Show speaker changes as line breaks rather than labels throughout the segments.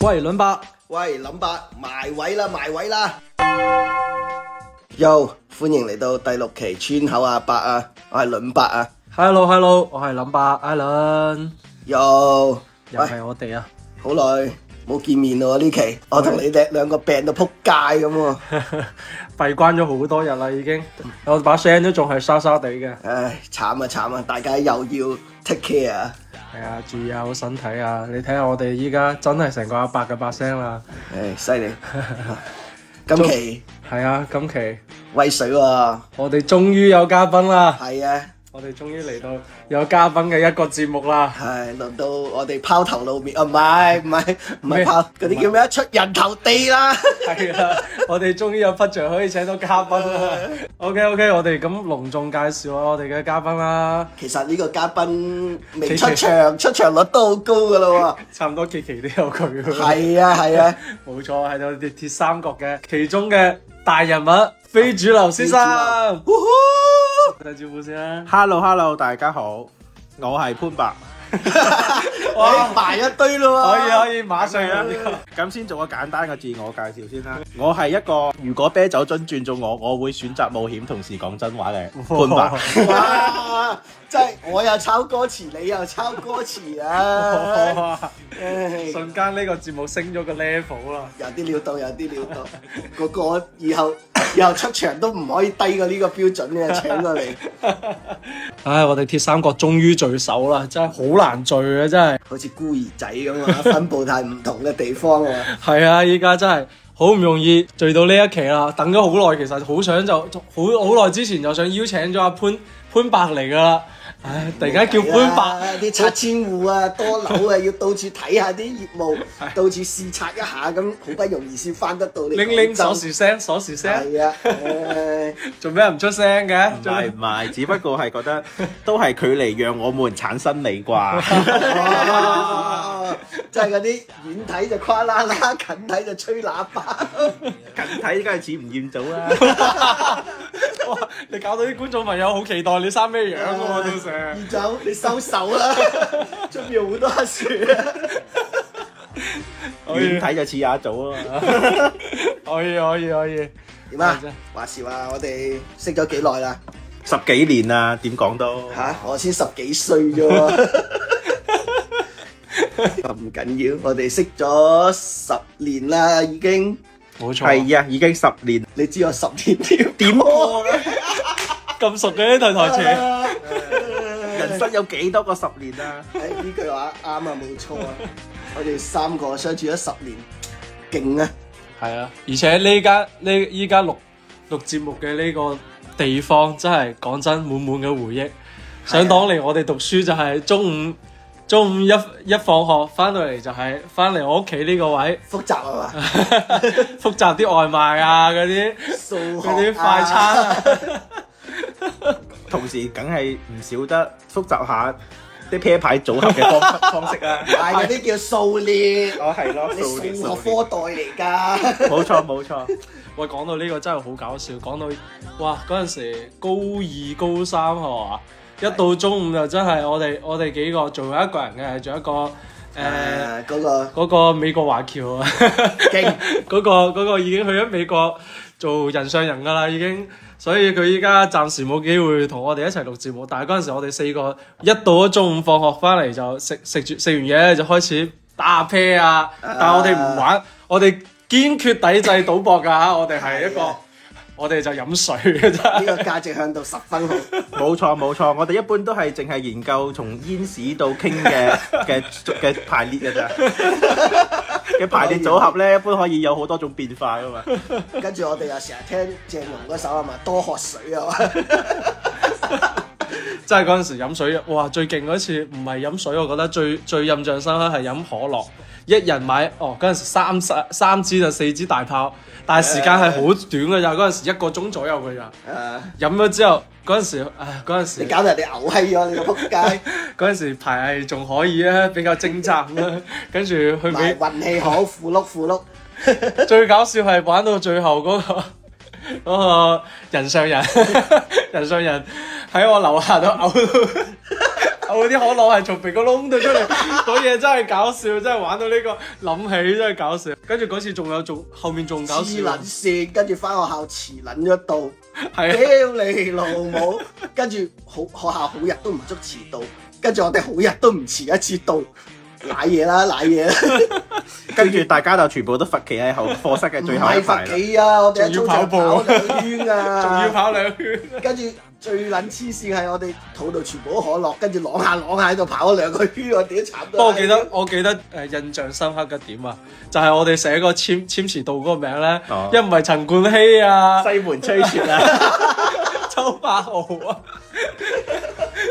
喂，倫伯，
喂，林伯，埋位啦，埋位啦！Yo，歡迎嚟到第六期村口阿伯啊，我係倫伯啊。
hello，hello，我係林伯 Alan，
Yo，
又係我哋啊，
好耐冇見面咯喎呢期，我同你哋兩個病到撲街咁喎。
閉關咗好多日啦已經，我把聲都仲係沙沙地嘅，
唉，慘啊慘啊，大家又要 take care 啊。
係啊，注意下好身體啊！你睇下我哋依家真係成個阿伯嘅把聲啦，
唉，犀利。今期
係啊，今期
威水喎，
我哋終於有嘉賓啦，
係啊，
我哋終於嚟到有嘉賓嘅一個節目啦，
係輪到我哋拋頭露面啊，唔係唔係唔
咩
係拋嗰啲叫咩啊？出人頭地啦！
係 啦，我哋終於有 budget 可以請到嘉賓啦。OK OK，我哋咁隆重介紹下我哋嘅嘉賓啦，
其實呢個嘉賓未
其
出場，出場率都好高噶啦
差唔多期期都有佢
喎。
喎。
係啊係啊，
冇錯，係我哋鐵三角嘅其中嘅大人物非主流先生。 打招呼先啦。
Hello Hello，大家好，我係潘伯。
哇，埋一堆咯
可
喎。
以可以，馬上啊！
咁先做個簡單嘅自我介紹先啦。我係一個如果啤酒樽轉中我，我會選擇冒險同時講真話嘅潘伯。
哇！真係我又抄歌詞，你又抄歌 詞啊！
哇！
唉
瞬間呢個節目升咗個 level 啦。
有啲料到，有啲料到。個個以後以後出場都唔可以低過呢個標準嘅，請過你。
唉，我哋鐵三角終於聚首啦，真係好難聚嘅，真係。
好似孤兒仔咁啊，分佈喺唔同嘅地方啊。
係啊，依家真係好唔容易聚到呢一期啦，等咗好耐，其實好想就好好耐之前就想邀請咗阿潘潘伯嚟㗎啦。唉，突然間叫潘 伯。
係啊啲拆遷户啊，多樓啊，要到處睇下啲業 務，到處視察一下，咁好不容易先翻得到你。
拎拎鎖匙聲，鎖匙聲，
係啊， 唉
做咩唔出聲嘅？
唔
做咩
係唔係，只不過係覺得 都係距離讓我們產生你啩。
哦 即係嗰啲遠睇就跨啦啦，近睇就吹喇叭。
近睇梗係似吳彥祖啦。
哇！你搞到啲觀眾朋友好期待你生咩樣嘅喎， 到時
二走，你收手 啦， 出面好多黑樹啊！
可以
遠睇就似阿祖啦。
可以可以可以，
點啊？話時話我哋識咗幾耐啦？
十幾年啦，點講都
吓，我先十幾歲啫喎， 唔緊要，我哋識咗十年啦，已經。
冇錯，
係啊，已經十年。
你知我十年點
點過咧？
咁熟嘅呢台台詞，
啊？
人生有幾多個十年啊？
哎呢句話啱啊，冇錯啊！我哋三個相處咗十年，勁啊！
係啊！而且呢間呢依家錄錄節目嘅呢個地方，真係講真滿滿嘅回憶。想當年我哋讀書就係中午中午一一放學翻到嚟就係翻嚟我屋企呢個位，
複雜啊嘛，
複雜啲外賣啊嗰啲
數學
嗰啲快餐啊。
同時梗係唔少得複雜下啲啤牌組合嘅方方式啊！
係嗰啲叫數列，
哦，係咯，
你數
數列
學
數
科代嚟㗎。
列冇錯冇錯，
喂，講到呢個真係好搞笑，講到哇嗰陣時高二高三係嘛，一到中午就真係我哋我哋幾個仲有一個人嘅，仲有一個誒嗰、
誒，啊嗰個
個美國華僑啊，
勁
嗰、個嗰個已經去咗美國做人上人㗎啦，已經。所以佢依家暫時冇機會同我哋一齊錄節目，但係嗰陣時我哋四個一到咗中午放學翻嚟就食食住食完嘢咧就開始打下啤啊！但係我哋唔玩，我哋堅決抵制賭博㗎嚇，我哋係一個
係啊
我哋就飲水嘅啫。
呢個價值向到十分好。
冇錯冇錯，我哋一般都係淨係研究從煙屎到傾 嘅嘅嘅排列嘅咋。嘅排列組合咧，一般可以有好多種變化噶嘛。
跟住我哋又成日聽鄭融嗰首啊嘛，多喝 水啊嘛，
真係嗰陣時飲水，哇！最勁嗰次唔係飲水，我覺得最最印象深刻係飲可樂，一人買哦嗰陣時三十三支就四支大炮，但係時間係好短㗎咋，嗰陣時一個鐘左右㗎咋。
誒，
飲咗之後，嗰陣時，唉，嗰陣時
你，搞到人哋嘔閪咗，你 個仆街，
嗰陣時排係仲可以啊，比較精湛啦。跟住去
埋
美，
運氣好，符碌符碌，
最搞笑係玩到最後嗰、個 嗰個 人上人，人上人喺我樓下度嘔到嘔嗰啲可樂係從鼻個窿度出嚟， 嗰嘢真係搞笑，真係玩到呢、個諗起真係搞笑。跟住嗰次仲有仲後面仲搞
黐
笑，
撚線，跟住翻學校遲撚咗到，
係啊
屌你老母！跟住好學校好日都唔足遲到，跟住我哋好日都唔遲一次到，賴嘢啦，賴 嘢啦，
跟住大家就全部都罰企喺後課室嘅
唔
最後一
係
排
罰
啦。
企啊！我哋喺
仲
操
要跑
場
步
跑兩圈 啊！
仲要跑兩 圈，
跟住最撚黐線係我哋肚度全部都可樂，跟住啷下啷下喺度跑咗兩個圈，我屌慘到！
不過我記得我記得誒、呃印象深刻嘅點啊，就係、我哋寫個簽簽遲到嗰個名咧
哦，
一唔係陳冠希啊、
西門吹雪啊，
周柏豪啊、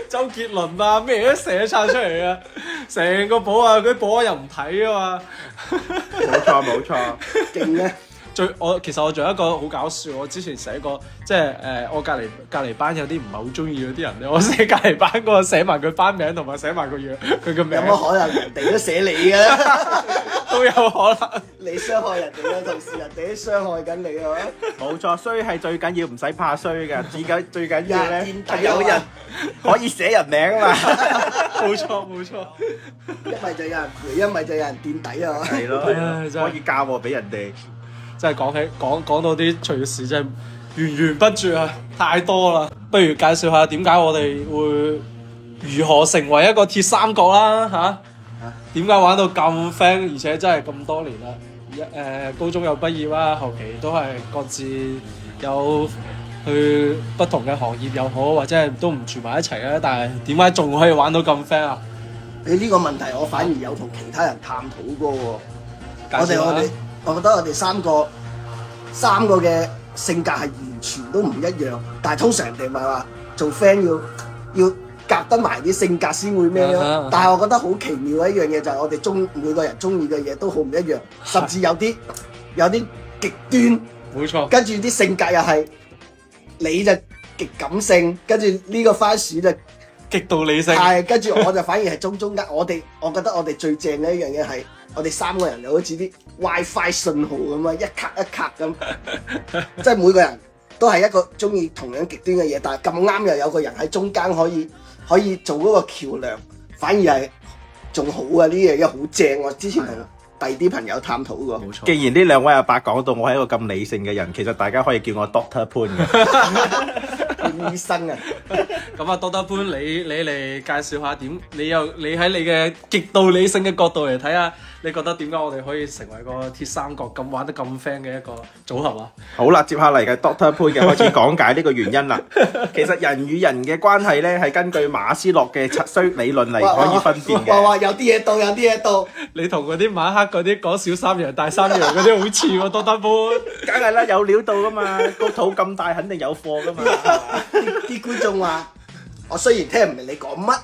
周杰倫啊，咩都寫晒出嚟啊，成個保啊，嗰啲保安又唔睇啊嘛。
冇錯冇錯，
勁啊！
最我其實我仲有一個好搞笑，我之前寫過，即係誒、呃我隔離隔離班有啲唔係好中意嗰啲人咧，我寫隔離班嗰個寫埋佢班名同埋寫埋個樣，佢個
有
名
乜可能人哋都寫你嘅咧？
都有可能。
你傷害人哋啦，啊同時人哋都傷害緊你啊 係咪？
冇錯，衰係最緊要，唔使怕衰 㗎，至緊最緊要咧
人見啊底
係有人 可以寫人名啊嘛。
冇錯冇錯，
一咪就有人陪，一咪就有人墊底啊！
係咯，
唉真係
可以嫁禍俾人哋。
真係講起講講到啲趣事真係源源不絕啊，太多啦。不如介紹下點解我哋會如何成為一個鐵三角啦吓？點解玩到咁 friend，而且真係咁多年啦？一誒、高中又畢業啦，後期都係各自有去不同嘅行業又好，或者係都唔住埋一齊啦。但係點解仲可以玩到咁 friend 啊？
你呢個問題我反而有同其他人探討過喎。
介紹
我哋我
下
哋，我覺得我哋三個三個嘅性格係完全都唔一樣，但係通常人哋咪話做 friend 要要夾得埋啲性格先會咩
啊哈啊哈
咯。但係我覺得好奇妙嘅一樣嘢就係我哋中每個人中意嘅嘢都好唔 一樣，甚至有啲有啲極端，
冇錯，
跟住啲性格又係你就極感性，跟住呢個番薯就。
極度理性，
係，跟住我就反而係中中間， 我哋我覺得我哋最正嘅一樣嘢係，我哋三個人就好似啲 WiFi 信號咁啊，一卡一卡 咁，即係每個人都係一個中意同樣極端嘅嘢，但係咁啱又有個人喺中間可以可以做嗰個橋梁，反而係仲好啊！呢樣嘢好正，我之前同第二啲朋友探討 過。
冇錯
既然呢兩位阿伯講到我係一個咁理性嘅人，其實大家可以叫我 Doctor 潘 嘅。
醫生啊，
咁啊，多多潘，你你嚟介紹下點？你又你喺你嘅極度理性嘅角度嚟睇下，你覺得點解我哋可以成為個鐵三角咁玩得咁 friend 嘅一個組合啊？
好啦，接下嚟嘅 Doctor 潘嘅開始講解呢個原 因啦。其實人與人嘅關係呢，係根據馬斯洛嘅七需理論嚟可以分
哇
辨嘅。
哇，有啲嘢到，有啲嘢到，
你同嗰啲晚黑嗰啲講小三羊大三羊嗰啲好似喎，多多潘。
梗係啦，有料到噶嘛，個肚咁大肯定有貨噶嘛。
啲觀眾話：我雖然聽唔明你講乜，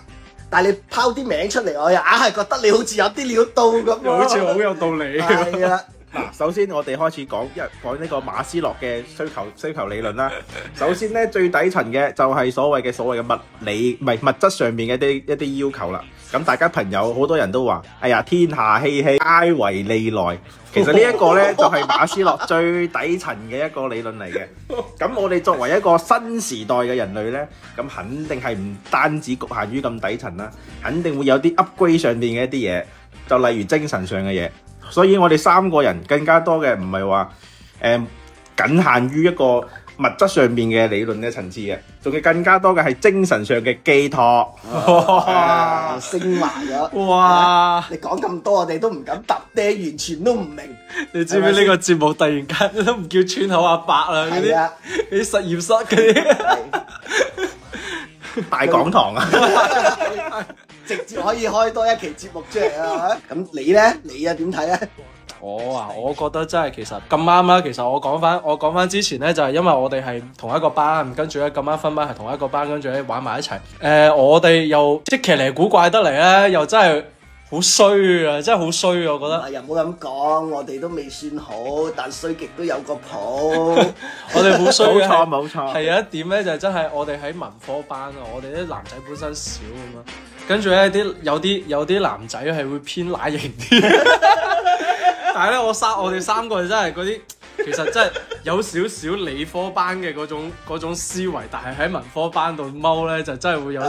但係你拋啲名出嚟，我又硬係覺得你好似有啲料到咁喎。
又好似好有道理喎。
係啦，
嗱，首先我哋開始講一講呢個馬斯洛嘅需求需求理論啦。首先呢，最底層嘅就係所謂嘅所謂嘅物理唔係物質上面嘅一啲一啲要求啦。咁大家朋友好多人都話：哎呀，天下熙熙，皆為利來。其實呢一個呢，就係馬斯洛最底層嘅一個理論嚟嘅。咁我哋作為一個新時代嘅人類呢，咁肯定係唔單止局限於咁底層啦，肯定會有啲 upgrade 上面嘅一啲嘢，就例如精神上嘅嘢。所以我哋三個人更加多嘅唔係話誒僅限於一個物質上面嘅理論嘅層次嘅，仲要更加多嘅係精神上嘅 寄託。
啊升華咗。
哇！
你講咁多，我哋都唔敢搭嗲，完全都唔明。
你知唔知呢個節目突然間都唔叫村口阿伯啦，嗰
係
啲
啊，
嗰啲實驗室嗰啲。
係
大講堂啊！
直接可以開多一期節目出嚟啦。 咁你咧，你又點睇咧？
我啊，我覺得真係其實咁啱啦。其實我講翻，我講翻之前呢，就係、因為我哋係同一個班，跟住咧咁啱分班係同一個班，跟住咧玩埋一齊。誒、呃我哋又即騎呢古怪得嚟呢，又真係好衰啊！真係好衰啊！我覺得
啊，又冇咁講，我哋都未算好，但衰極都有個譜。
我哋好衰啊嘅係。
冇錯冇錯，
係有一點咧，就真係我哋喺文科班啊，我哋啲男仔本身少咁啊，跟住咧啲有啲有啲男仔係會偏乸型啲，但係咧我三我哋三個真係嗰啲，其實真係有少少理科班嘅嗰種嗰種思維，但係喺文科班度踎咧，就真係 會有時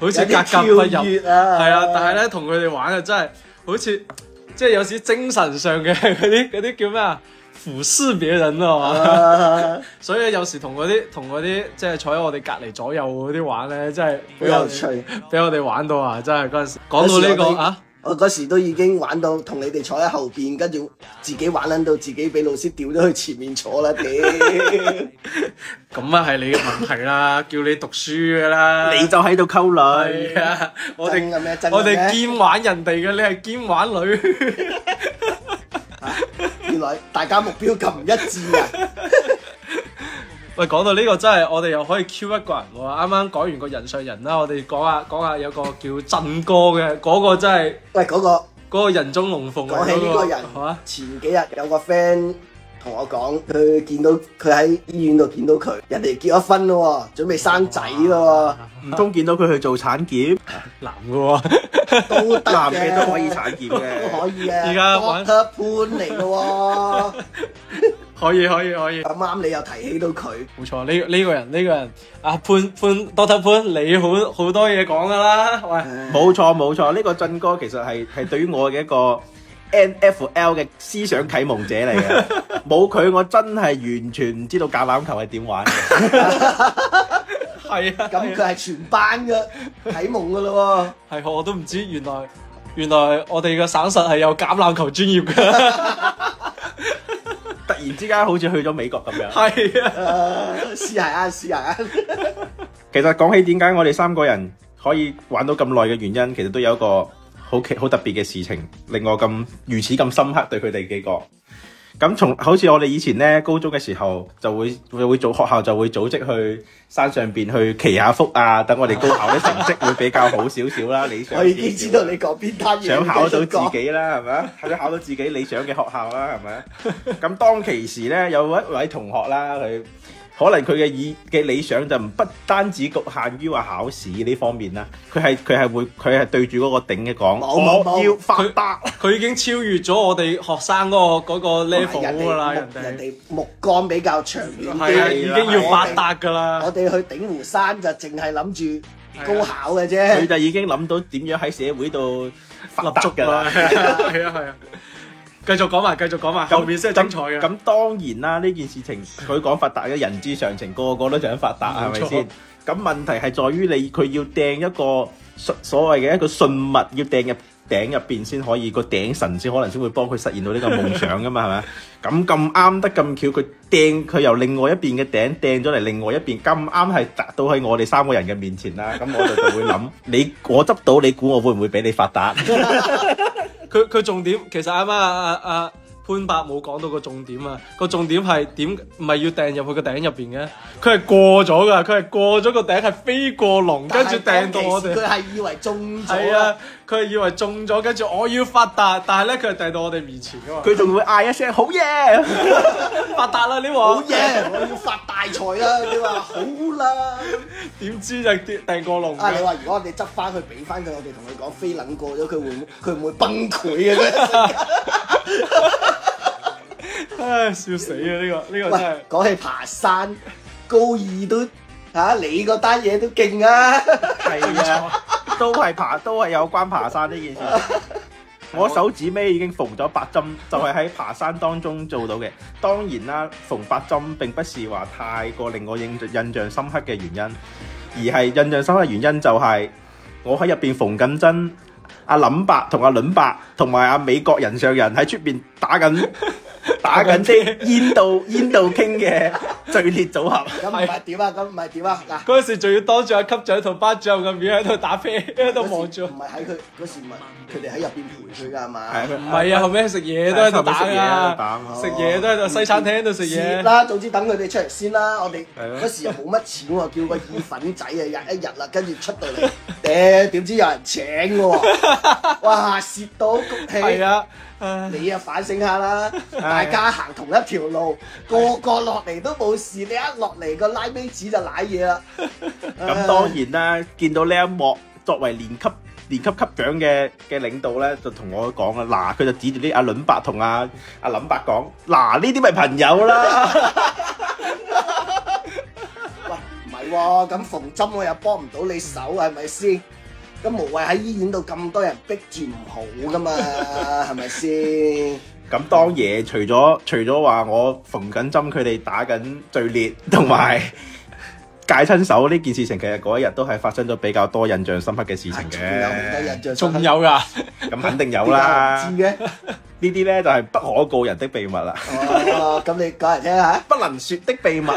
好似格格不入，係啊！但係咧同佢哋玩啊，真係好似即係有時精神上嘅嗰啲嗰啲叫咩啊？俯視別人啊嘛，
啊，
所以有時同嗰啲同嗰啲即係坐喺我哋隔離左右嗰啲玩咧，真係
好有趣。
俾我哋玩到啊！真係嗰陣時講到呢、
有時我
個
哋
啊，
我嗰時都已經玩到同你哋坐喺後邊，跟住自己玩撚到自己俾老師調咗去前面坐啦，屌！
咁啊係你嘅問題 啦，叫你讀書嘅啦。
你就喺度溝女，
啊係啊， 我
真
哋
嘅咩真嘅
我
啊咩
哋兼玩人哋嘅，你係兼玩女。
原來大家目標咁唔一致啊！
喂，講到呢個真係，我哋又可以 Q 一個人喎。啱啱講完個人上人啦，我哋講下講下有個叫振哥嘅，嗰、個真係
喂，嗰、個
嗰、個啊人中龍鳳嚟啊
講起呢個
嗰
人
係嘛？
前幾日有個 friend 同我講，佢見到佢喺醫院度見到佢，人哋結咗婚咯喎，準備生仔
啊
咯
唔通見到佢去做產檢？
男嘅喎，
喎，都得
男嘅都可以產檢
都
嘅，
可以啊！
而家玩
Doctor 潘嚟嘅喎，
可以可以可以，
咁啱你又提起到佢，
冇錯。呢、呢個人呢、個人，阿潘潘多特潘，你好好多嘢講噶啦，喂，
冇錯冇錯，呢個俊哥其實係係對於我嘅一個 NFL 嘅思想啟蒙者嚟 嘅，冇佢我真係完全唔知道橄欖球係點玩嘅。
係啊，
咁佢係全班嘅啟蒙嘅咯喎。
係我都唔知，原來原來我哋嘅省實係有橄欖球專業 嘅，
突然之間好似去咗美國咁樣。
係啊。
誒試下啱，試下啱。
其實講起點解我哋三個人可以玩到咁耐嘅原因，其實都有一個好奇好特別嘅事情，令我咁如此咁深刻對佢哋幾個。咁從好似我哋以前咧高中嘅時候，就會會會做學校就會組織去山上邊去祈下福啊，等我哋高考嘅成績會比較好少少啦。理想
我已經知道你講邊單嘢，
想考到
你繼續講
自己啦，係咪啊？想考到自己理想嘅學校啦，係咪啊？咁當其時咧，有一位同學啦，佢可能佢嘅意嘅理想就唔不單止局限於話考試呢方面啦，佢係佢係會佢係對住嗰個頂嘅講，
冇冇冇
我要發達。
佢已經超越咗我哋學生嗰、個嗰個
人
level
哋
噶啦，
目
哦人
人
哋
哋目光比較長遠
係啊，
啲。
已經要發達噶啦
我，哋去鼎湖山就淨係諗住高考嘅
佢
啫，
就已經諗到點樣喺社會度發
立
達
足
㗎
㗎啦，
啦。
係啊係啊係啊，繼續講埋，繼續講埋，後面先係精彩嘅。
咁當然啦，呢件事 情佢講發達嘅人之常情，個個都想發達，
冇
係
錯
咪先？咁問題係在於你佢要掟一個所所謂嘅一個信物，要掟入頂入邊先可以，個頂神先可能先會幫佢實現到呢個夢想 噶嘛，係咪？咁咁啱得咁巧，佢掟佢由另外一邊嘅頂掟咗嚟另外一邊，咁啱係達到喺我哋三個人嘅面 前啦。咁我就就會諗，你我執到，你估我會唔會俾你 發達？
佢佢重點其實啱啱啊啊啊潘伯冇講到個重點啊，個重點係點唔係要掟入去個頂入邊嘅，佢係過咗㗎，佢係過咗個頂係飛過龍，跟住掟到我
但係當其
哋
時佢。係以為
係
中咗啊
啊，，佢係以為中咗，跟住我要發達，但係咧佢係掟到我哋面前 㗎嘛。
佢仲會嗌一聲好嘢。
發達啦呢鑊，
好嘢！我要發大財啦！你話好啦，
點知就跌掟過龍
啊
嘅
你話如果我哋執翻佢俾翻佢，我哋同佢講飛撚過咗，佢會唔佢會唔會崩潰嘅咧？
唉，笑死啊！呢、個呢、個
喂
真係，
講起爬山，高二都嚇、啊你嗰單嘢都勁啊！
係啊，都係爬，都係有關爬山呢件事。我手指尾已經縫咗八針，就係、喺爬山當中做到嘅。當然啦，縫八針並不是話太過令我印印象深刻嘅原因，而係印象深刻嘅原因就係、我喺入邊縫緊針，阿林伯同阿倫伯同埋阿美國人上人喺出邊打緊 打緊啲煙道煙道傾嘅序列組合。
咁唔係點啊？咁唔係點啊？嗱，
嗰陣時仲要當住阿級長同班主任嘅面喺度打啤，喺度望
嗰時
住
唔。係喺佢嗰時唔係佢哋喺入邊陪佢㗎係嘛？
係
唔係啊，後尾食嘢都喺度打
食嘢喺度
㗎，
打
食嘢都喺度西餐廳度食
先
嘢。
啦，總之等佢哋出嚟先啦。我哋
係咯
嗰時又冇乜錢喎，叫個意粉仔啊，日一日啦，跟住出到嚟，嗲點知有人請喎，哇蝕到谷
係
氣！
啊，唉
你啊反省下啦，大家行同一條路，個個落嚟都冇事，你一落嚟個拉尾子就舐嘢啦。
咁當然啦，見到呢一幕，作為年級年級級長嘅嘅領導咧，就同我講啦，嗱，佢就指住啲阿倫伯同阿阿林伯講，嗱，呢啲咪朋友啦。
喂，唔係喎，咁縫針我又幫唔到你手，係咪先？咁無謂喺醫院度咁多人逼住唔好噶嘛，係咪先？
咁當然，除咗除咗話我縫緊針，佢哋打緊序列，同埋戒親手呢件事情，其實嗰一日都係發生咗比較多印象深刻嘅事情
係仲有好多
嘅
印。象深刻
仲有㗎，
咁肯定有啦，
點 解
呢
我唔知嘅。
啲咧就係不可告人的秘密啦，
哦，咁你講嚟聽下。
不能説的秘密。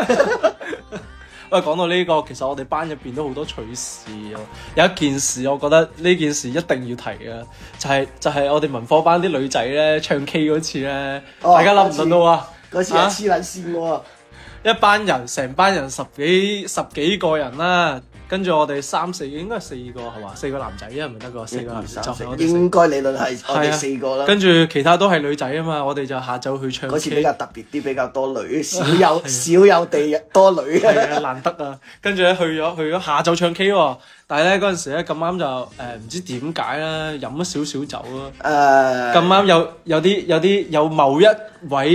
喂，講到呢、個，其實我哋班入邊都好多趣事喎。有一件事，我覺得呢件事一定要提嘅，就係、就係、我哋文科班啲女仔咧唱 K 嗰次咧，
哦
大家諗唔諗到啊？
嗰次
啊
係黐撚線喎，
一班人，成班人十幾十幾個人啦，跟住我哋三四應該係四個係嘛？四個男仔啊，唔係得個四個男仔就係我哋四
應該理論係我
係
哋
啊
四個啦。
跟住其他都係女仔啊嘛，我哋就下晝去唱
嗰次比
K，
較特別啲，比較多女，少有少有地多女。
啊係啊難得啊！跟住咧去咗去咗下晝唱 K 喎，但係咧嗰陣時咧咁啱就誒唔、知點解啦，飲咗少少酒啦，
誒
咁啱有有啲有啲有某一位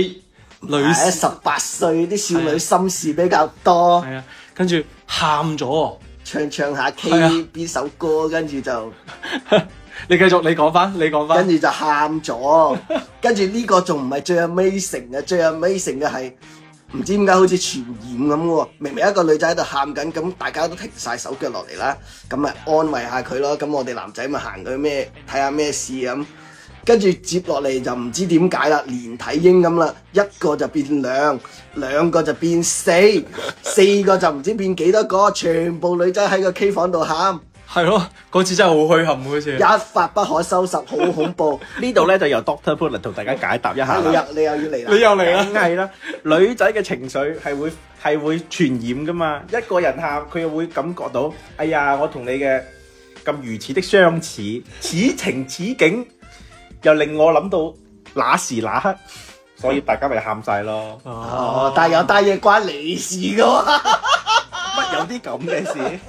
女
係啊
士啊
十八歲啲少女心事比較多，
係啊，跟住喊咗喎。
唱唱下 K
係啊
邊首歌，跟住就
你繼續，你講翻，你講翻
跟。住就喊咗，跟住呢個仲唔係最 amazing 嘅，最 amazing 嘅係唔知點解好似傳染咁喎，明明一個女仔喺度喊緊，咁大家都停晒手腳落嚟啦，咁咪安慰下佢咯，咁我哋男仔咪行佢咩睇下咩事咁，跟住接落嚟就唔知點解啦，連體嬰咁啦，一個就變兩，兩個就變四，四個就唔知變幾多個，全部女仔喺個 K 房度喊。
係咯，嗰次真係好虛憾嗰次。
一發不可收拾，好恐怖！
呢度咧就由 Doctor Poon 嚟同大家解答一下
你
啦。
又你又要
你？
嚟啦
啊又嚟啦
梗！係啦，女仔嘅情緒係會係會傳染噶嘛，一個人喊佢又會感覺到，哎呀，我同你嘅咁如此的相似，此情此景，又令我諗到那時那刻，所以大家咪喊晒咯。
哦，但係有單嘢關你事噶喎，
乜有啲咁嘅事？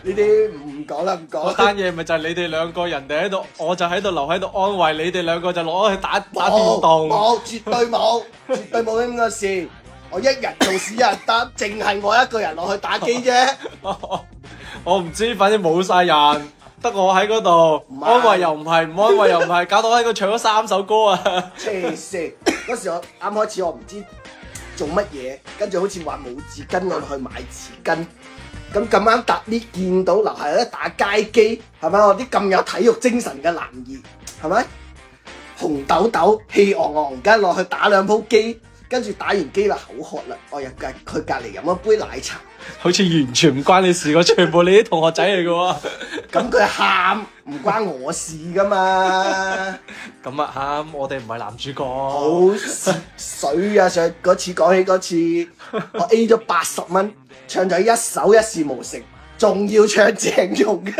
呢啲唔講啦，唔講
嗰
啦。
單嘢咪就係你哋兩個人哋喺度，我就喺度留喺度安慰你哋兩個，就攞去打打電動。
冇，絕對冇，絕對冇咁嘅事。我一人做事一人擔，淨係我一個人落去打機啫。
我唔知，反正冇晒人，得我喺嗰度
唔係
安慰又唔係，唔安慰又唔係，搞到我喺度唱咗三首歌啊！
黐線！嗰時我啱開始我唔知做乜嘢，跟住好似話冇紙巾，我去買紙巾。咁咁啱搭 lift 見到樓下有啲打街機，係咪？我啲咁有體育精神嘅男兒，係咪？紅豆豆氣昂昂，跟落去打兩鋪機，跟住打完機啦，口渴啦，我入隔佢隔離飲一杯奶茶，
好似完全唔關你事喎，全部你啲同學仔嚟嘅喎。
咁佢喊唔關我事噶嘛。
咁啊啱，我哋唔係男主角。
好水啊！上嗰次講起嗰次，我 A 咗八十蚊，唱咗一首《一事無成》，仲要唱鄭融嘅、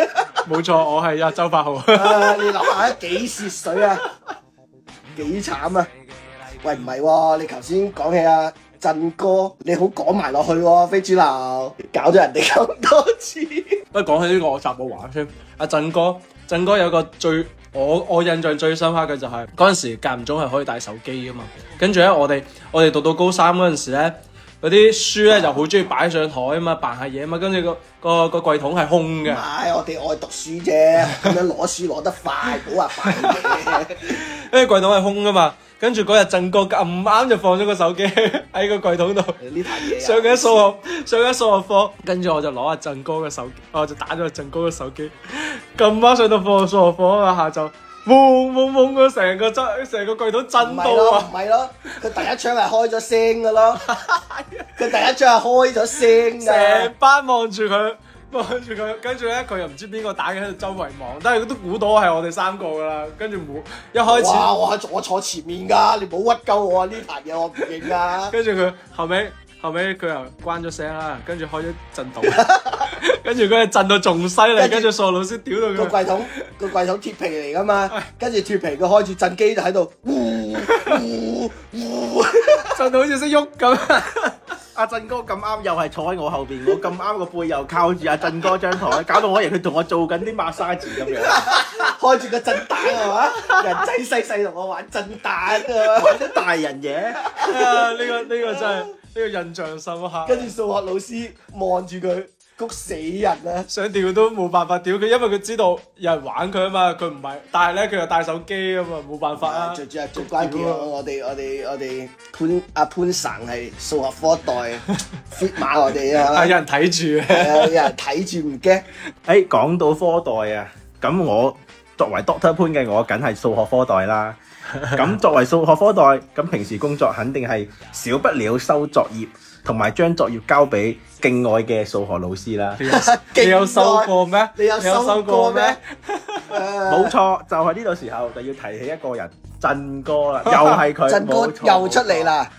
冇錯，我係阿周柏豪。
啊你諗下幾蝕水啊，幾慘啊！喂，唔係喎，你頭先講起啊，振哥，你好講埋落去喎、非主流搞咗人哋咁多次，
不過講起呢個我集我玩先。阿振哥，振哥有個最我我印象最深刻嘅就係嗰陣時間唔中係可以帶手機噶嘛。跟住咧，我哋我哋讀到高三嗰陣時咧，嗰啲書咧就好中意擺上台啊嘛，扮下嘢啊嘛。跟住個個個櫃桶係空
唔
嘅，
係我哋愛讀書啫，咁樣攞書攞得快，唔好話快嘢。
因為櫃桶係空噶嘛。跟住嗰日振哥咁啱就放咗個手機喺個櫃桶度。
呢排嘢啊
上緊數學，上緊數學課，跟住我就攞阿振哥嘅手機，我就打咗阿振哥嘅手機。咁啱上到課數學課啊，下晝，嗡嗡嗡咁成個震，成個櫃桶震
唔
到
係咯，
啊！
唔係咯，佢第一槍係開咗聲噶 咯，佢第一槍係開咗聲
成
噶，
班望住佢，望住佢，跟住咧佢又唔知邊個打嘅喺度周圍望，但係佢都估到係我哋三個噶啦。跟住冇一開
哇！
始，
我喺我坐前面噶，你唔好屈鳩我啊！呢壇嘢我唔認啊 噶，
跟住佢後尾後尾佢又關咗聲啦，跟住開咗震動， 跟住佢係震到仲犀利，跟
跟
住
住
數學老師屌到
個
佢。
櫃桶個櫃桶鐵皮嚟噶 嘛，跟住鐵皮佢開住震機 就喺度，呼呼呼，
震到好似識喐咁。
阿振哥咁啱又係坐喺我後邊，我咁啱個背又靠住阿振哥張台，搞到我以為佢同我做緊啲 massage 咁樣，
開住個震蛋係嘛？人仔細細同我玩震蛋啊 嘛，
玩啲大人嘢。
啊！呢個呢個真係呢個印象深刻。
跟住數學老師望住佢，谷死人啊！
想屌都冇辦法屌佢，因為佢知道有人玩佢啊嘛，佢唔係，但係咧佢又帶手機啊嘛，冇辦法啊。
最最最關鍵啊，我哋我哋我哋潘阿潘神係數學科代 fit 馬我哋
係
啊
有，人睇住 嘅，
係啊有人睇住唔驚，
誒講到科代啊，咁我作為 Doctor 潘嘅我，梗係數學科代 啦。咁作為數學科代，咁平時工作肯定係少不了收作業，同埋將作業交俾敬愛嘅數學老師 啦。
你有收過咩？
你有收過咩？冇
冇錯，就係呢度時候就要提起一個人，振哥 啦，又係佢，
哦振哥
冇錯
又出嚟。啦！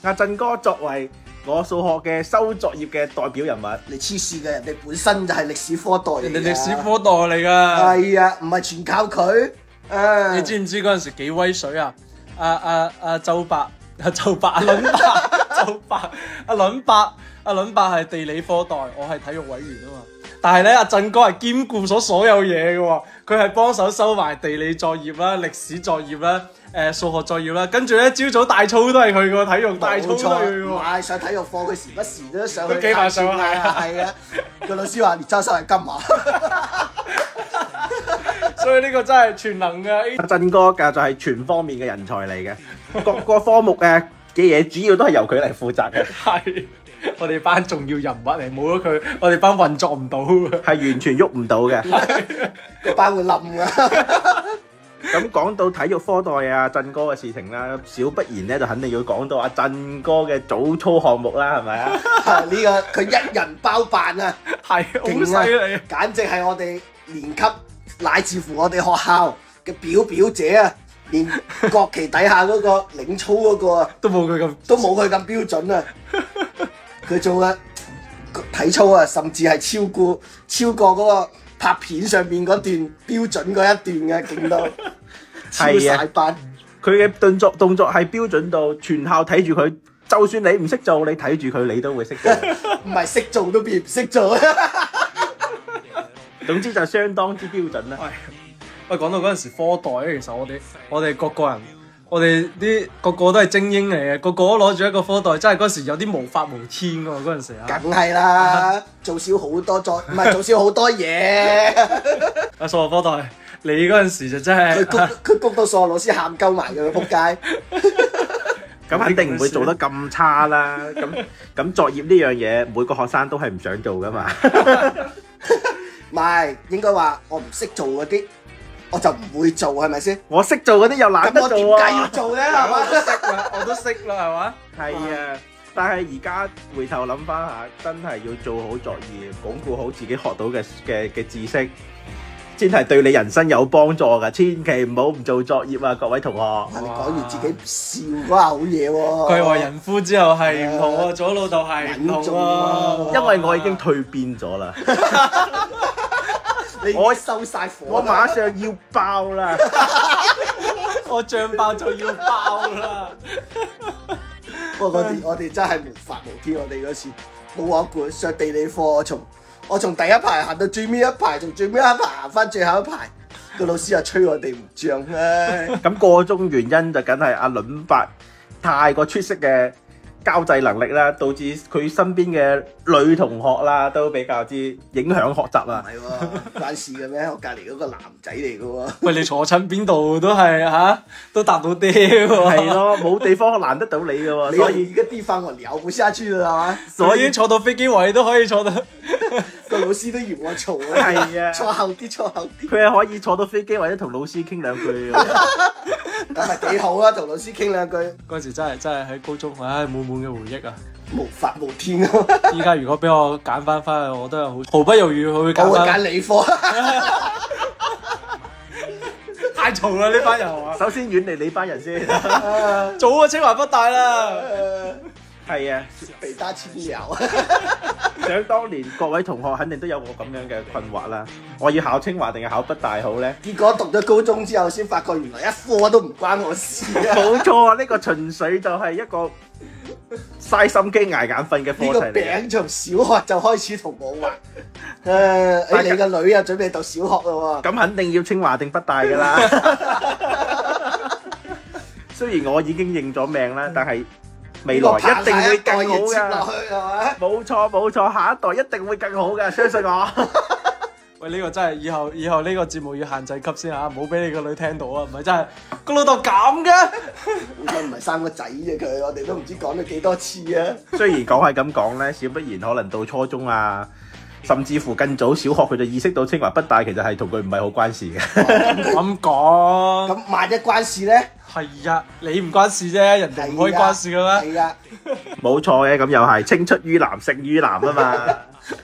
阿振哥作為我數學嘅收作業嘅代表人物，
你黐線嘅，人哋本身就係歷史科代嚟
人
㗎
哋歷史科代嚟㗎。
啊係啊，唔係全靠佢。啊
你知唔知嗰陣時幾威水啊？阿阿阿周伯，阿周伯，阿倫伯， 周伯，阿倫伯，阿倫伯係地理科代，我係體育委員啊嘛。但係咧，阿振哥係兼顧咗所有嘢嘅喎，佢係幫手收埋地理作業啦、歷史作業啦、誒、數學作業啦，跟住咧朝早大操都係佢個體育大操都係佢
唔
喎。
係上體育課，佢時不時都上去
都幾晚上
探
係啊
啊，係啊。個老師話連周生係金 馬，
所以呢個真係全能嘅。
阿振哥嘅就係全方面嘅人才嚟嘅，各個科目嘅嘅嘢主要都係由佢嚟負責嘅。
係我哋班重要人物嚟，冇咗佢，我哋班運作唔到 嘅。
係完全喐唔到嘅。
個班會冧㗎。
咁講到體育科代啊，振哥嘅事情啦，少不然咧就肯定要講到阿振哥嘅早操項目啦，係咪啊？
呢個佢一人包辦啊，
係
勁
好犀利
啊！。簡直係我哋年級乃至乎我哋學校嘅表表姐啊， 連國旗底下嗰個領操嗰個啊。
都冇佢咁
都冇佢咁標準啊！佢做嘅體操啊，甚至係超過超過嗰個拍片上面嗰段標準嗰一段嘅，勁到超
係啊
晒班。
佢嘅動作動作係標準到全校睇住佢，就算你唔識做，你睇住佢，你都會 識做。
唔係識做都變唔識做。
總之就相當之標準啦。
喂，講到嗰陣時科代咧，其實我哋我哋各個人，我哋啲個個都係精英嚟嘅，個個都攞住一個科代，真係嗰陣時有啲無法無天㗎喎，嗰陣時 啊，
梗係啦，做少好多作，唔係做少好多嘢。
啊數學科代，你嗰陣時就真
佢
係啊
谷佢谷到數學老師喊鳩埋佢，仆街。
咁肯定唔會做得咁差啦。咁咁作業呢樣嘢，每個學生都係唔想做噶嘛。
唔係應該話我唔識做嗰啲，我就唔會做係咪先？
我識做嗰啲又懶
咁
得
我點
做
解要
啊。
做咧？係
我
嘛？
都識啦，我都識啦，係 嘛？
係啊，但係而家回頭諗翻下，真係要做好作業，鞏固好自己學到嘅嘅嘅知識，先係對你人生有幫助噶。千祈唔好唔做作業啊，各位同學。
哇你講完自己笑嗰下好嘢喎，
佢話人夫之後係唔同喎，左老豆係唔同
哦穩重啊
喎，
因為我已經蜕變咗 啦，
你
我
收晒火啦，
我馬上要爆啦！
我醬爆就要爆啦。
不過我哋我哋真係無法無天，我哋嗰次冇玩過上地理課，我從我從第一排行到最尾一排，從最尾一排行翻最後一排，個老師又吹我哋唔漲唉，
咁個中原因就梗係阿倫伯太過出色嘅交際能力啦，導致佢身邊嘅女同學啦都比較之影響學習
唔
啦。
係喎，關事嘅咩？我隔離嗰個男仔嚟嘅喎，
喂，你坐親邊度都係吓，都搭到爹喎。
係咯，冇地方難得到你嘅喎，
你
所以
一個地方我聊不下去啦，係嘛？
所
所
以
以
坐到飛機位都可以坐到。
個老師都嫌我嘈啊，
係啊，
坐後啲，坐後 啲，
佢係可以坐到飛機或者同老師傾兩句嘅。
咁咪幾好啊！同老師傾兩句，
嗰時真係真係喺高中，唉，滿滿嘅回憶啊！
無法無天 啊！
依家如果俾我揀翻翻去，我都係好毫不猶豫我會揀
我會揀
翻。
理科。
太嘈啦呢班人係嘛？
首先遠離你班人先，
早啊，清華北大啦。
係啊，
被打千友，
想當年各位同學肯定都有我咁樣嘅困惑啦。我要考清華定係考北大好呢？
結果讀咗高中之後，先 發覺原來一科都唔關我事啊！
冇錯啊，呢個純粹就係一個嘥心機捱眼瞓嘅
呢
課
個
題嚟嘅。
餅從小學就開始同我玩。 誒、哎你個女啊，準備讀小學啦喎。
咁肯定要清華定北大㗎啦。雖然我已經認咗命啦，但係未來一定會更好
接落
㗎。
去係嘛？
冇錯冇錯，下一代一定會更好㗎，相信我。
喂，呢、個真係以後以後呢個節目要限制級先嚇，唔好俾你個女聽到啊！唔係真係個老豆咁嘅，
佢唔係生個仔啫，佢我哋都唔知講咗幾多次啊！
雖然講係咁講咧，少不然可能到初中啊，甚至乎更早小學佢就意識到清華北大其實係同佢唔係好 關事嘅。
咁講
咁萬一關事咧，
係呀，你唔關事啫，人哋唔可以關事嘅咩？
係啊，
冇錯嘅，咁又係青出於藍勝於藍啊嘛。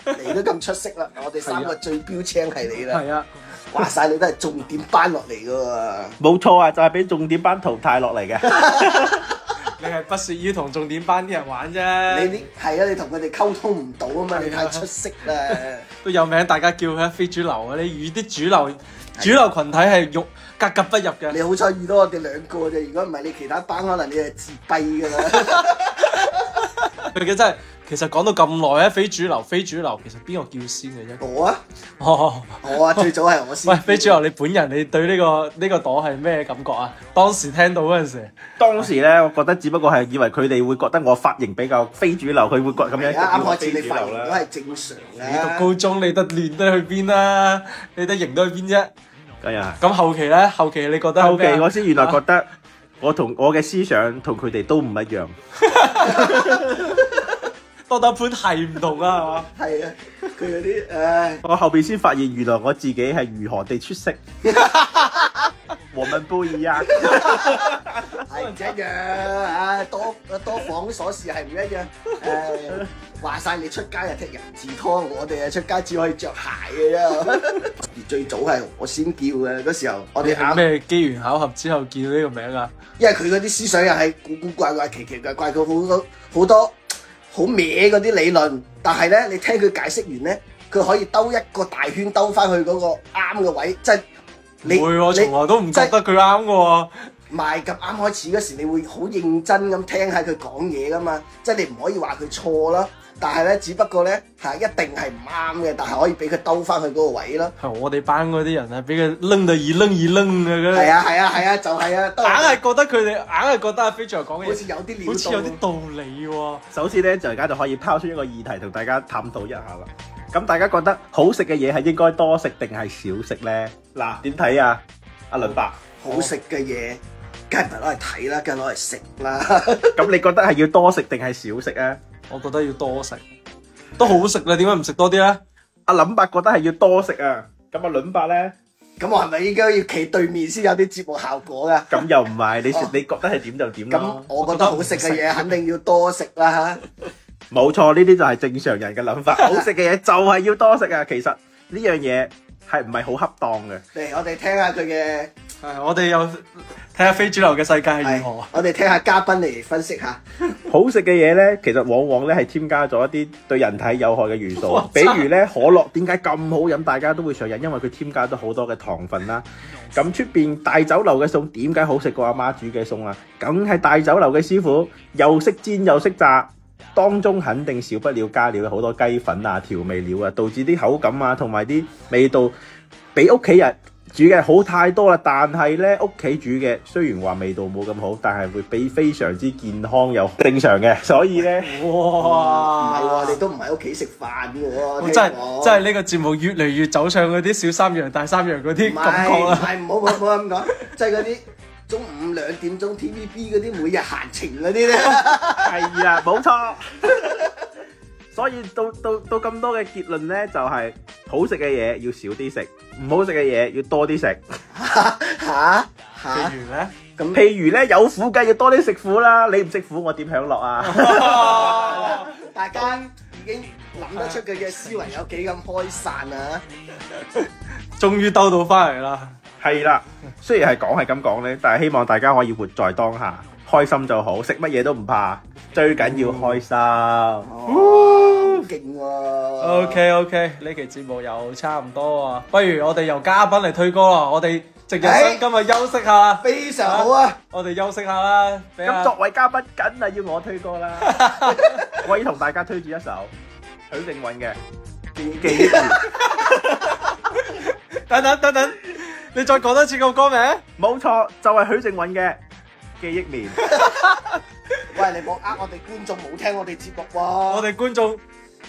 你都咁出色啦，我哋三個最標青係你
啊
啦。
係啊，
話晒你都係重點班落嚟噶
冇錯啊，就係、俾重點班淘汰落嚟嘅。
你係不屑於同重點班啲人玩
喎，
啫，
你啲係啊，你同佢哋溝通唔到啊嘛，你太出色啦。
都有名，大家叫佢非主流啊！你與啲主流主流群體係欲格格不入嘅。
你好彩遇到我哋兩個啫，如果唔係你其他班可能你係自閉噶 啦。
佢嘅真係， 其實講到咁耐咧，非主流非主流，其實邊個叫先嘅啫？
我啊，
哦，
我啊，最早係我先。
喂，非主流，你本人你對呢、個呢、個朵係咩感覺啊？當時聽到嗰陣時。
當時咧，我覺得只不過係以為佢哋會覺得我髮型比較非主流，佢會覺咁樣
係啊，
叫我
啱開
非
始
主
你發
流
言都
啦。
係正常啊
你讀
嘅。
高中你得練得去邊啦、你得型得去邊啫？
咁又係。
咁後期咧，後期你覺得
後
係
期
咩啊
我先原來覺得我同我嘅思想同佢哋都唔一樣。
多多潘係唔同啊，係嘛？
係啊，佢嗰啲唉，
我後邊先發現，原來我自己係如何地出色。我們不啊一樣。
係唔一樣啊！多多房鎖匙係唔一樣。誒，話晒你出街就踢人字拖，我哋啊出街只可以着鞋嘅啫。而最早係我先叫嘅嗰時候，我
你
哋
係
啱，
咩機緣巧合之後見到呢個名啊？
因為佢嗰啲思想又係古古怪怪、奇奇怪怪，佢好多好多好歪嗰啲理論。但係咧，你聽佢解釋完咧，佢可以兜一個大圈兜翻去嗰個啱嘅位，即係
唔
你
會喎，
你
從來都唔覺得佢啱嘅喎。
賣咁啱開始嗰時，你會好認真咁聽下佢講嘢噶嘛，即係你唔可以話佢錯啦。但係咧，只不過咧係一定係唔啱嘅，但係可以俾佢兜翻去嗰個位咯。
係我哋班嗰啲人啊，俾佢楞到二楞二楞嘅
係
嗰
啊係啊係啊，就係、啊，都
啲，
係
硬係覺得佢哋硬係覺得阿飛 i 講嘅
好似
嘢
有啲料
好似有啲
到。
道理喎。
首先咧，就而家就可以拋出一個議題同大家探討一下啦。咁大家覺得好食嘅嘢係應該多食定係少食呢？嗱，點睇啊？阿倫伯，
好食嘅嘢，梗係唔係攞嚟睇啦，梗係攞嚟食啦。
咁你覺得係要多食定係少食啊？
我覺得要多食，都好食啦，點解唔食多啲咧？
阿林伯覺得係要多食啊，咁阿倫伯呢？
咁我係咪應該要企對面先有啲節目效果噶？
咁又唔係，你
哦
你覺得係點就
嗯
點
咁
咯。
我覺得好食嘅嘢肯定要多食啦
冇錯，呢啲就係正常人嘅諗法。好食嘅嘢就係要多食啊。其實呢樣嘢係唔係好恰當嘅？
嚇。嚟，我哋聽下佢嘅。
係我哋又睇下非主流嘅世界係如何。
我哋聽下嘉賓嚟分析下。
好食嘅嘢呢，其實往往呢係添加咗一啲對人體有害嘅元素
哇，
比如呢可樂點解咁好飲，大家都會上癮，因為佢添加咗好多嘅糖分啦。咁出邊大酒樓嘅餸點解好食過阿媽煮嘅餸啊？梗係大酒樓嘅師傅又識煎又識炸，當中肯定少不了加料好多雞粉啊、調味料啊，導致啲口感啊同埋啲味道比屋企人煮嘅好太多啦，但係呢，屋企煮嘅雖然話味道冇咁好，但係會比非常之健康又正常嘅， 所以呢，
哇！
嗯唔係喎，你都唔喺屋企食飯嘅喎。
我真係
聽講
真係呢個節目越嚟越走上嗰啲小三樣大三樣嗰啲
唔
感
係
覺
唔
啦。
係，唔好唔好唔好咁講，即係嗰啲中午兩點鐘 TVB 嗰啲每日閒情嗰 啲咧，
係啦，冇 錯。所以到到到咁多嘅結論呢，就係、好食嘅嘢要少啲食，唔好食嘅嘢要多啲食。
嚇
譬
嚇
如咧，
咁
譬如呢，有苦梗要多啲食苦啦，你唔食苦我點享 樂啊？
大家已經諗得出佢嘅思維有幾咁開散啊！
終於兜到翻嚟啦。
係啦，雖然係講係咁講呢，但係希望大家可以活在當下，開心就好，食乜嘢都唔怕，最緊要開心。
哦，好勁喎
啊 OK OK，呢期節目又差唔多啊，不如我哋由嘉賓嚟推歌啦。我哋值日生
哎
今日休息下啦，
非常好啊！
我哋休息下啦，俾阿
咁作為嘉賓，梗係要我推歌啦。我要同大家推薦一首許靖韻嘅《記住》，
等等等等，你再講多次個歌名。
冇錯，就係許靖韻嘅《記憶棉》。
喂，你冇呃我哋觀眾冇聽我哋節目喎。
我
我
哋觀眾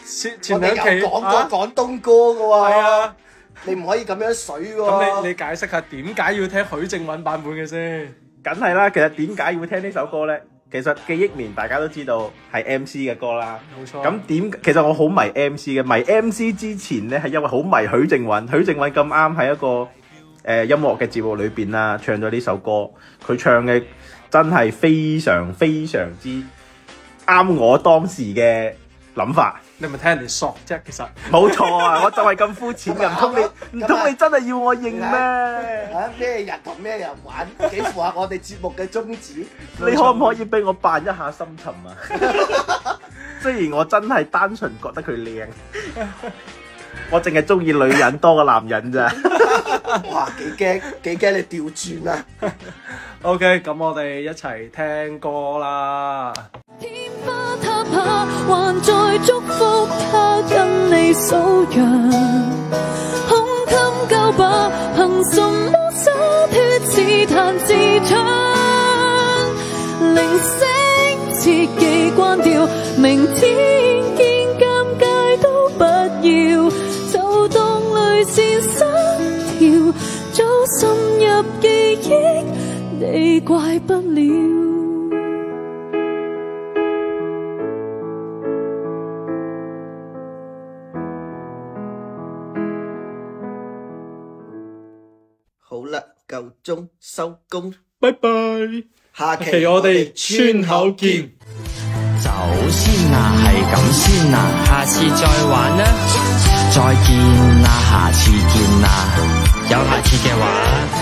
前前兩期
哋有講
啊
過廣東歌嘅喎。
係，啊，
你唔可以咁樣水喎。
咁你你解釋下點解要聽許靖韻版本嘅先？
梗係啦，其實點解會聽呢首歌呢？其實《記憶棉》大家都知道係 MC 嘅歌啦。
冇錯。
咁點？其實我好迷 MC 嘅，迷 MC 之前呢，係因為好迷許靖韻，許靖韻咁啱喺一個誒、呃音樂嘅節目裏邊啦，唱咗呢首歌，佢唱嘅真係非常非常之啱我當時嘅諗法。
你咪聽人哋索啫，其實
冇錯啊，我就係咁膚淺嘅，唔通你
咁
唔
啊
通你真係要我認咩？
啊咩人同咩人玩，幾符合我哋節目嘅宗旨。
你可唔可以俾我扮一下深沉啊？雖然我真係單純覺得佢靚，我淨係中意女人多過男人咋。
哇，幾驚 幾驚你調轉啊！
OK，咁我哋一齊聽歌啦。
天花塌下，還在祝福他跟你數羊，胸襟夠吧？憑什麼灑脱自彈自唱？鈴聲切記關掉，明天見尷尬都不要，就當淚腺失調，早滲入記憶，你怪不了。
好啦，夠鐘收工，
拜拜。
下
期
期
我哋村口見。
走先啦，係咁先啦，下次再玩啦，再見啦，下次見啦，有下次嘅話。